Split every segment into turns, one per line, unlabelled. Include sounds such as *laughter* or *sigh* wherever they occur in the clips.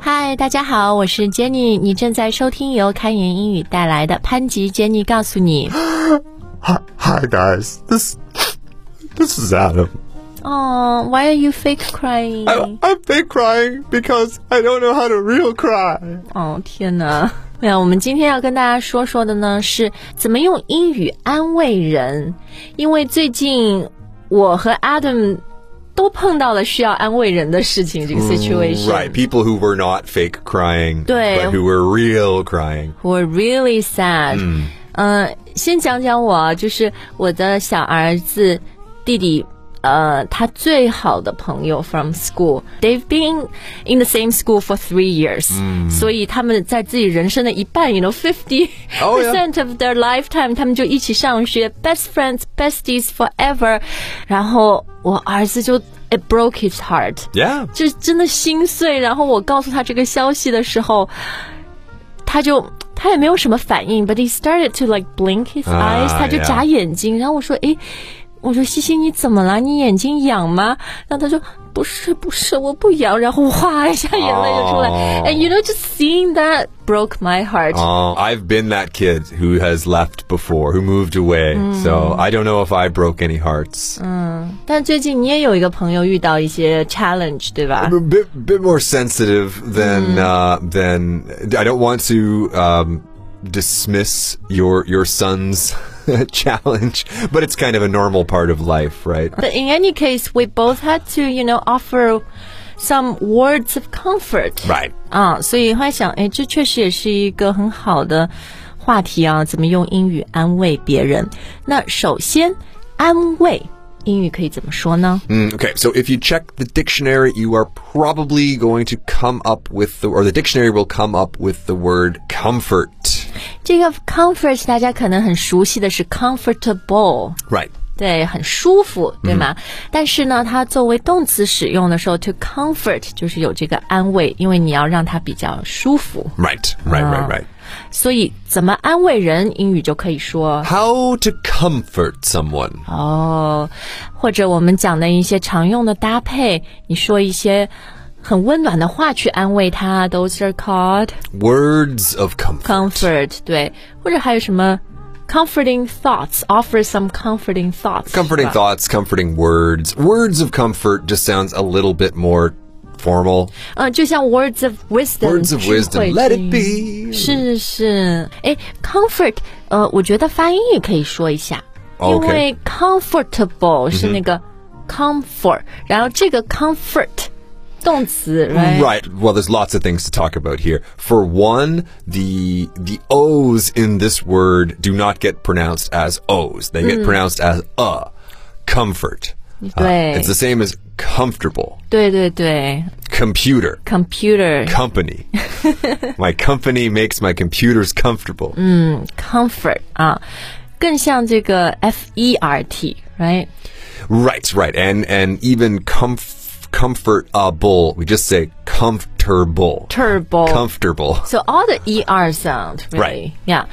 嗨，大家好，我是 Jenny，你正在收听由开言英语带来的潘吉 Jenny 告诉你。
Hi, hi guys. This this is Adam.
哦、w h y are you fake crying？
I, I'm fake crying because I don't know how to real cry.
哦，天哪！哎呀，我们今天要跟大家说说的呢，是怎么用英语安慰人。因为最近我和 Adam 都碰到了需要安慰人的事情，这个 situation。
Right, people who were not fake crying,
对。
but who were real crying.
我 really sad。嗯、先讲讲我啊，就是我的小儿子弟弟。呃，他最好的朋友 from school，they've been in the same school for three years，、所
Mm.
以他们在自己人生的一半，you know fifty
Oh, yeah.
percent of their lifetime，他们就一起上学，best friends，besties forever。然后我儿子就 it broke his heart，
Yeah.
就真的心碎。然后我告诉他这个消息的时候，他就他也没有什么反应，but he started to like blink his eyes，、
啊
他就
Ah, yeah
眨眼睛。然后我说，诶，我说西西你怎么了？你眼睛痒吗？然后他说。不是不是，我不痒，然后哗一下眼泪就出
*laughs*
来。
哦
And you know, just seeing that broke my heart.
Oh, I've been that kid who has left before, who moved away. So I don't know if I broke any hearts.
但最近你也有一个朋友遇到一些 challenge，对吧
I'm？a bit bit more sensitive than uh, than I don't want to um, dismiss your your son's *laughs* challenge, but it's kind of a normal part of life, right?
But in any case, we both had to, you know, offer some words of comfort.
Right.
啊，所以后来想，哎，这确实也是一个很好的话题啊，怎么用英语安慰别人？那首先，安慰英语可以怎么说呢？
Mm, okay, so if you check the dictionary, you are probably going to come up with the or the dictionary will come up with the word comfort.
这个 comfort 大家可能很熟悉的是 comfortable。
Right.
对，很舒服，对吗？但是呢，它作为动词使用的时候，to comfort 就是有这个安慰，因为你要让它比较舒服。
Right. Right, right, right.
所以怎么安慰人，英语就可以说
How to comfort someone.
哦，或者我们讲的一些常用的搭配，你说一些很温暖的话去安慰他，those are called
Words of comfort.
comfort。对，或者还有什么 comforting thoughts，offer some comforting thoughts 是吧。
Comforting thoughts, comforting words. Words of comfort just sounds a little bit more formal.
嗯，就像 words of wisdom，
Words of
智慧
wisdom.
之
Let
音
it be.
是是，哎，comfort，呃，我觉得发音也可以说一下，因
哦 OK 嗯
为 comfortable 是那个 comfort，、然后这个 comfort 动词
嗯 Right. Well, there's lots of things to talk about here. For one, the the O's in this word do not get pronounced as O's. They get pronounced as uh. Comfort. Uh,
对
it's the same as comfortable.
对对对
Computer.
，computer
*laughs* Company. my company makes my computers comfortable.
comfort 啊，更像这个 f e r t right。
Right, right. And and even comf- comfortable. We just say comfortable.
Turbo
Comfortable.
So all the er sound,
Right.
really, yeah.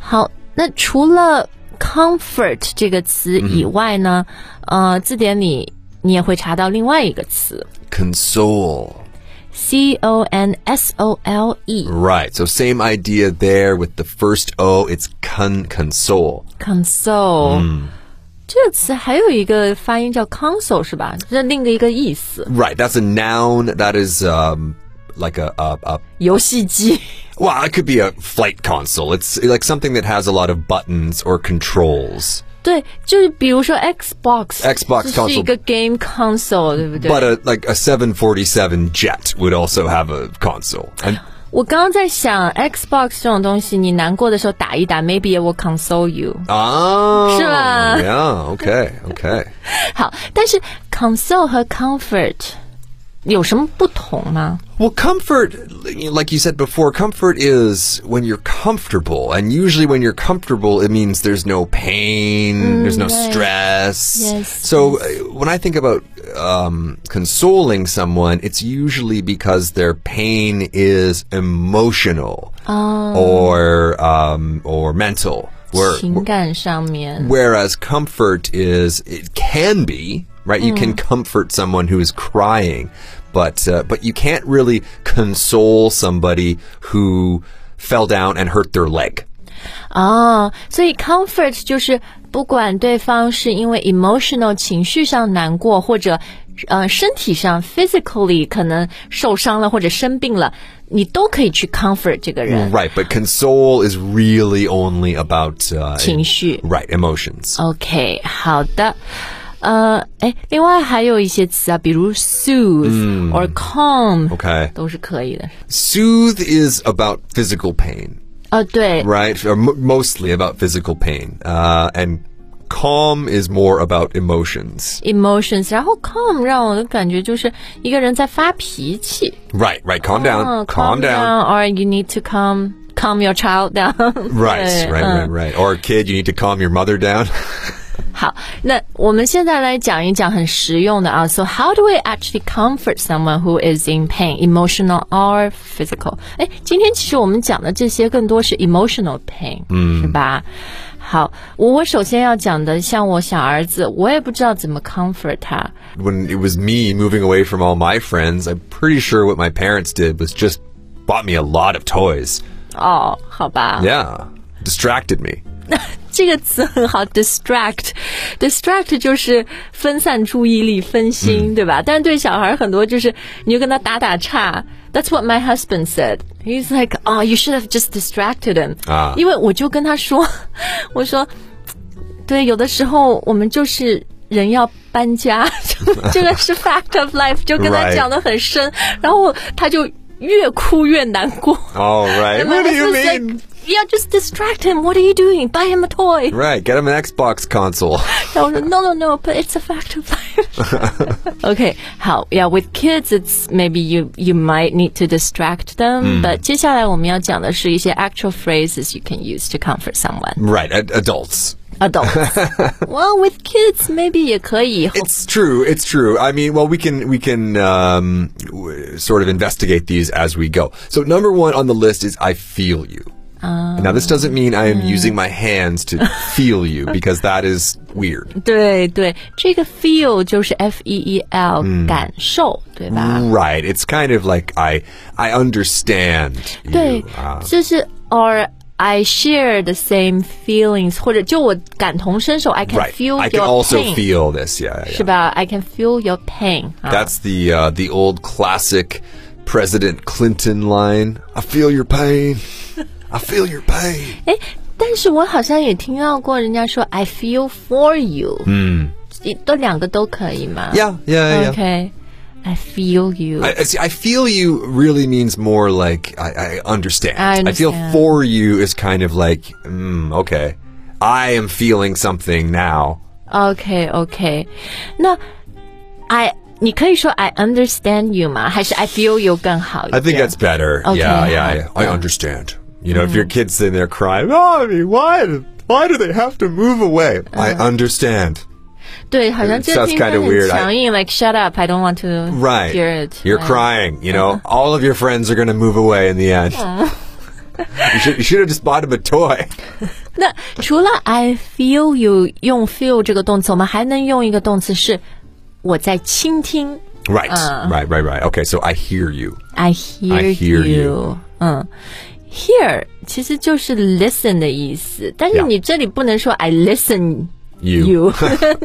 好，那除了 comfort 这个词以外呢，呃，字典里你也会查到另外一个词
Console.
c o n s o l e
Right. So same idea there with the first O. It's con console.
console。这个词还有一个发音叫 console 是吧？这另一个意思，
Right. That's a noun. That is um like a a, a
游戏机。
well, it could be a flight console. It's like something that has a lot of buttons or controls.
对，就是比如说 Xbox，Xbox
Xbox
这是一
console
个 game console，对不对
But a like a 747 jet would also have a console. And
我刚刚在想 Xbox 这种东西，你难过的时候打一打，maybe it will console you。
oh,
是吧？
yeah. Okay. Okay.
好，但是 console 和 comfort 有什么不同吗？
Well, comfort, like you said before, comfort is when you're comfortable. And usually, when you're comfortable, it means there's no pain, there's no
Mm, right.
stress.
Yes,
so, uh, when I think about um, consoling someone, it's usually because their pain is emotional
Ah.
or, um, or mental. Where,
情感上面
whereas comfort is, it can be, right? You can comfort someone who is crying, But uh, but you can't really console somebody who fell down and hurt their leg.
哦，所以 comfort 就是不管对方是因为 emotional 情绪上难过，或者呃身体上 physically 可能受伤了或者生病了，你都可以去 comfort 这个人
Right, but console is really only about uh,
情绪。
right emotions.
Uh. OK，好的。呃，哎，另外还有一些词啊，比如 soothe、or
嗯
calm，、
Okay.
都是可以的。
Soothe is about physical pain.
哦，对
right? Or m- mostly about physical pain. Uh, and calm is more about emotions.
emotions，然后 calm 让我的感觉就是一个人在发脾气。
Right, right. Calm down.
嗯
calm down.
or you need to calm calm your child down 。*laughs*
Right,
对
right,
嗯
right, right. Or kid, you need to calm your mother down. *laughs*
好，那我们现在来讲一讲很实用的啊。So how do we actually comfort someone who is in pain, emotional or physical？哎，今天其实我们讲的这些更多是 emotional pain，嗯，是吧？好，我我首先要讲的，像我小儿子，我也不知道怎么 comfort 他。
when it was me moving away from all my friends, I'm pretty sure what my parents did was just bought me a lot of toys.
哦，好吧。
Yeah. Distracted me.
这个词很好，distract，distract 就是分散注意力、分心，对吧？但是对小孩儿很多就是，你就跟他打打岔。That's what my husband said. He's like, oh, you should have just distracted him.
啊
因为我就跟他说， *laughs* 我说，对，有的时候我们就是人要搬家， *laughs* 这个是 fact of life，就跟他
Right.
讲的很深，然后他就越哭越难过。
All right.
And my
What do you
husband's like,
mean?
yeah, just distract him. What are you doing? Buy him a toy.
Right. Get him an Xbox console. *laughs*
然后我说 No, no, no, but it's a fact of
*laughs*
life. okay, 好，yeah. With kids, it's maybe you you might need to distract
Mm.
them. But 接下来我们要讲的是一些 actual phrases you can use to comfort someone.
Right. Ad- adults. *laughs*
Adults. well, with kids, maybe 也可以。
It's true. It's true. I mean, well, we can we can um, w- sort of investigate these as we go. So number one on the list is I feel you.
Ah.
now this doesn't mean I am using
Hmm.
my hands
*laughs*
to feel you because that is weird.
对对，这个 feel 就是 F E E L、感受，对吧？
Mm. Right. It's kind of like I I understand. You.
对
Ah.，
就是 or I share the same feelings，或者就我感同身受，I can
right.
feel
I can
your
also
pain，
feel this. Yeah. yeah.
是吧？I can feel your pain 啊。
That's the uh, the old classic President Clinton line. I feel your pain. I feel your pain.
哎，但是我好像也听到过人家说 I feel for you，嗯，都两个都可以吗
Yeah. Yeah. Yeah.
OK，I feel you。
I, I see, I feel you really means more like I, I understand.
I
feel
understand.
for you is kind of like, mm, okay, I am feeling something now.
OK OK，那 I 你可以说 I understand you 吗？还是 I feel you 更好一点
I think that's better.
Okay,
yeah, yeah,
yeah. Mm-hmm.
yeah. I understand. You know, if your kid's sitting there crying, oh, I mean, why, do- why do they have to move away? I
Uh-huh.
understand.
对，好像
It
这
sounds
听起来
kinda weird.
很强硬，like shut up, I don't want to
Right.
hear it.
You're
Like,
crying. You
Uh-huh.
know, all of your friends are going to move away in the end. *laughs* you, should, you should have just bought him
*laughs*
a toy.
那除了 I feel you 用 feel 这个动词，我们还能用一个动词是我在倾听
Right,
Uh-huh.
right, right, right. Okay, so I hear you.
，I hear,
I hear you
嗯，hear 其实就是 listen 的意思，但是
Yeah
你这里不能说 I listen。
You.
you，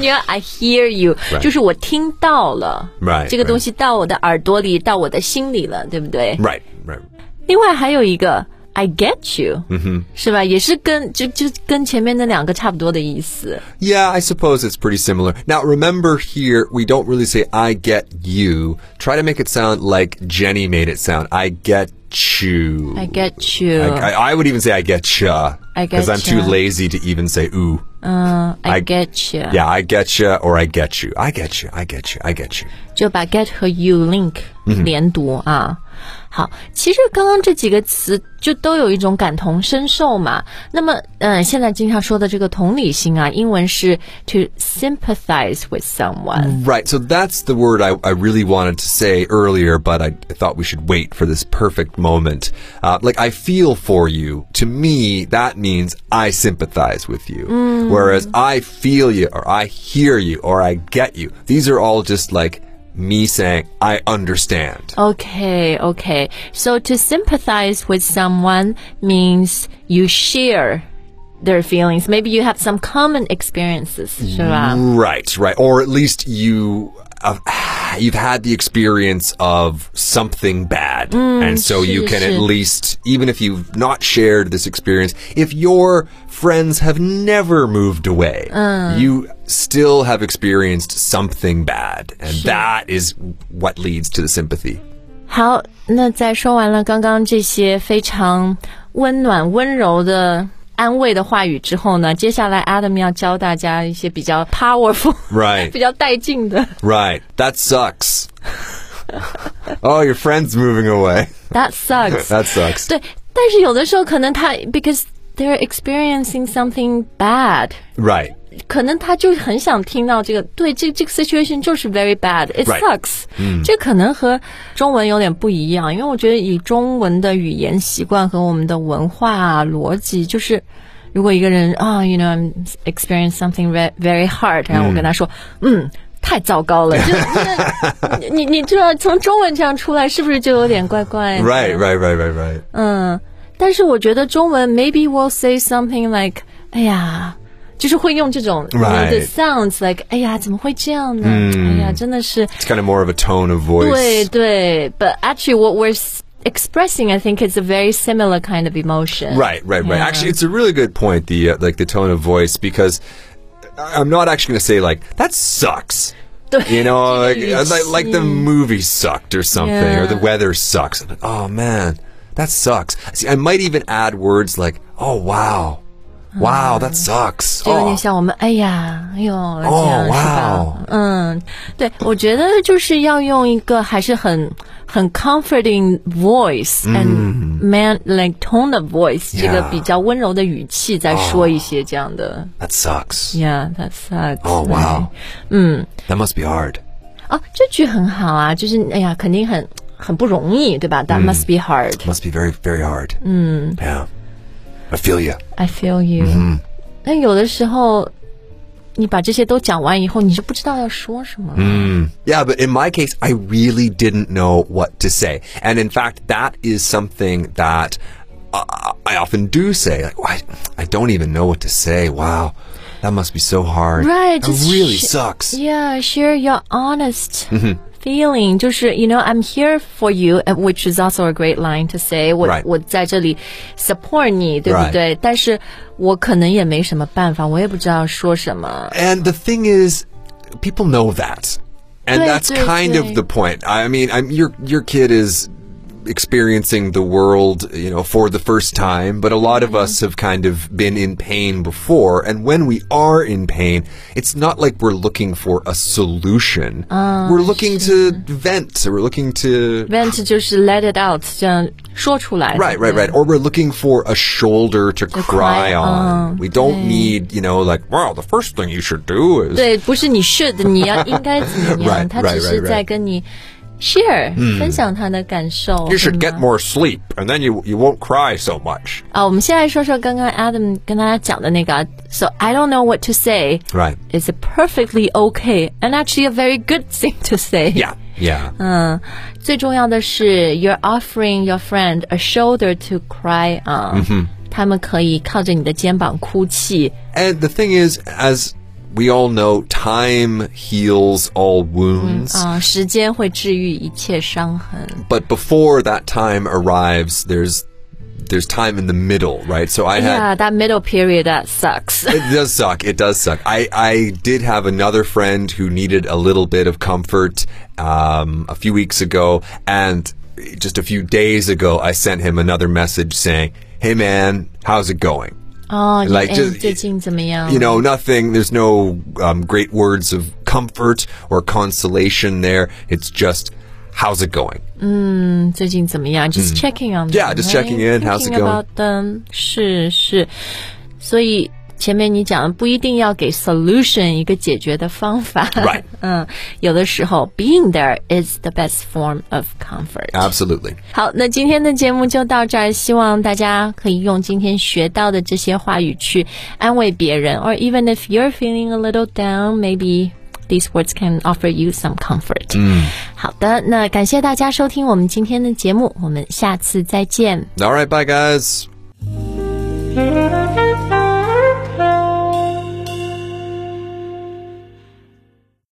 你 *laughs* 要 I hear you，
Right
就是我听到了
Right，
这个
right
东西到我的耳朵里，到我的心里了，对不对？
Right, right.
另外还有一个 I get you，、是
嗯
吧？也是跟就就跟前面那两个差不多的意思。
Yeah, I suppose it's pretty similar. Now, remember here, we don't really say I get you. Try to make it sound like Jenny made it sound. I get you.
I get you，
I, I- I would even say I get ya.
I get
Because I'm too
ya.
lazy to even say ooh.
I
I-
get you，
Yeah, I get ya or I get you. I get you. I get you. I get you.
就把 get 和 you link
Mm-hmm.
连读啊。好，其实刚刚这几个词就都有一种感同身受嘛。那么，嗯、现在经常说的这个同理心啊，英文是 to sympathize with someone。
Right. So that's the word I, I really wanted to say earlier, but I, I thought we should wait for this perfect moment. Uh, like, I feel for you. To me, that means I sympathize with you. Whereas I feel you, or I hear you, or I get you. These are all just like me saying, I understand.
Okay, okay. So to sympathize with someone means you share their feelings. Maybe you have some common experiences, 是
Mm.
吧？
Right, right. Or at least you. Uh, *sighs* you've had the experience of something bad. and so you
sure,
can at
sure.
least, even if you've not shared this experience, if your friends have never moved away, you still have experienced something bad. And that is what leads to the sympathy.
好，那在说完了刚刚这些非常温暖、温柔的安慰的话语之后呢，接下来 Adam 要教大家一些比较 powerful、
Right.
比较带劲
*laughs*
的。
Right. That sucks. oh, your friend's moving away.
That sucks.
That
*laughs*
sucks.
对，但是有的时候可能他 because they're experiencing something bad，
Right.
可能他就很想听到这个，对，这这个 situation 就是 very bad，it
Right. 嗯
sucks。这可能和中文有点不一样，因为我觉得以中文的语言习惯和我们的文化、啊、逻辑，就是如果一个人啊、y o u know，I'm experience something very very hard，然后我跟他说，嗯。太糟糕了，就那你你你知道从中文这样出来是不是就有点怪怪的
*laughs* Right, right, right, right, right.
嗯，但是我觉得中文 maybe we'll say something like，哎呀，就是会用这种
Right. 嗯
the sounds like，哎呀，怎么会这样呢？哎呀，真的是，
It's kind of more of a tone of voice.
对对，but actually what we're s- expressing, I think, is a very similar kind of emotion.
Right, right, right.
Yeah.
Actually, it's a really good point. The uh, like the tone of voice because I- I'm not actually going to say like that sucks.
*laughs*
You know, like, uh,
Jeez.
like like the movie sucked or something, or the
Yeah.
weather sucks. I'm like, oh man, that sucks. See, I might even add words like, oh wow, wow,
Ah.
that sucks.
就有
Oh,
点像我们，哎呀，哎呦，这样
哦
是吧
哇？
嗯，对，我觉得就是要用一个还是很很 comforting voice and man like tone of voice 这个
嗯 Yeah
比较温柔的语气在说一些这样的。
that sucks.
Yeah, that sucks.
Oh wow,
嗯，
that must be hard.
哦，Oh, 这句很好啊，就是哎呀，肯定很很不容易，对吧？That must be hard.
Must be very very hard. Mm. Yeah, I feel you.
I feel you.
Mm-hmm.
那有的时候，你把这些都讲完以后，你就不知道要说什么了。
Mm-hmm. Yeah, but in my case, I really didn't know what to say. And in fact, that is something that uh, I often do say. Like, "Why- I don't even know what to say. Wow, that must be so hard.
Right,
That
just
really
sh-
sucks.
Yeah, share your honest
Mm-hmm.
feeling. 就是 you know I'm here for you, and which is also a great line to say. 我
Right.
我在这里 support 你，对不
Right.
对？但是我可能也没什么办法，我也不知道说什么。
And the thing is, people know that, and
Right,
that's
right,
kind of
right.
the point. I mean, I'm, your your kid is experiencing the world, you know, for the first time. But a lot of us have kind of been in pain before, and when we are in pain, it's not like we're looking for a solution. we're looking to vent. We're looking to
Vent 就是 let it out，这样说出来。
Right, right, right. Or we're looking for a shoulder to, cry,
cry
on.
on.
We don't need, you know, like, wow, the first thing you should do is
对，不是你 should，你要应该怎么
*laughs* Right,
样？他
right,
只是
right, right.
在跟你 share 分享他的感受。
You should
对吗
get more sleep, and then you you won't cry so much.
啊，我们先来说说刚刚 Adam 跟大家讲的那个啊。So I don't know what to say.
Right.
It's a perfectly okay and actually a very good *laughs* thing to say.
Yeah. Yeah.
嗯，最重要的是，you're offering your friend a shoulder to cry on。他
Mm-hmm.
们可以靠着你的肩膀哭泣。
And the thing is, as we all know, time heals all wounds.
啊、时间会治愈一切伤痕。
But before that time arrives, there's there's time in the middle, right? So I had
Yeah, that middle period that sucks. *laughs*
it does suck. It does suck. I, I did have another friend who needed a little bit of comfort um, a few weeks ago, and just a few days ago, I sent him another message saying, "Hey, man, how's it going?"
哦，你
Like
哎
just-
Oh, 最近怎么样
You know, nothing. There's no um, great words of comfort or consolation there. It's just, "How's it going?"
嗯最近怎么样？Just checking on. them,
Yeah, just
right?
checking in. How's it
Thinking
going?
about them. 是是，所以前面你讲的不一定要给 solution 一个解决的方法。
Right.
*laughs* 嗯，有的时候 being there is the best form of comfort.
Absolutely.
好，那今天的节目就到这儿，希望大家可以用今天学到的这些话语去安慰别人。Or even if you're feeling a little down, maybe these words can offer you some comfort。嗯，好的，那感谢大家收听我们今天的节目，我们下次再见。
All right, bye guys.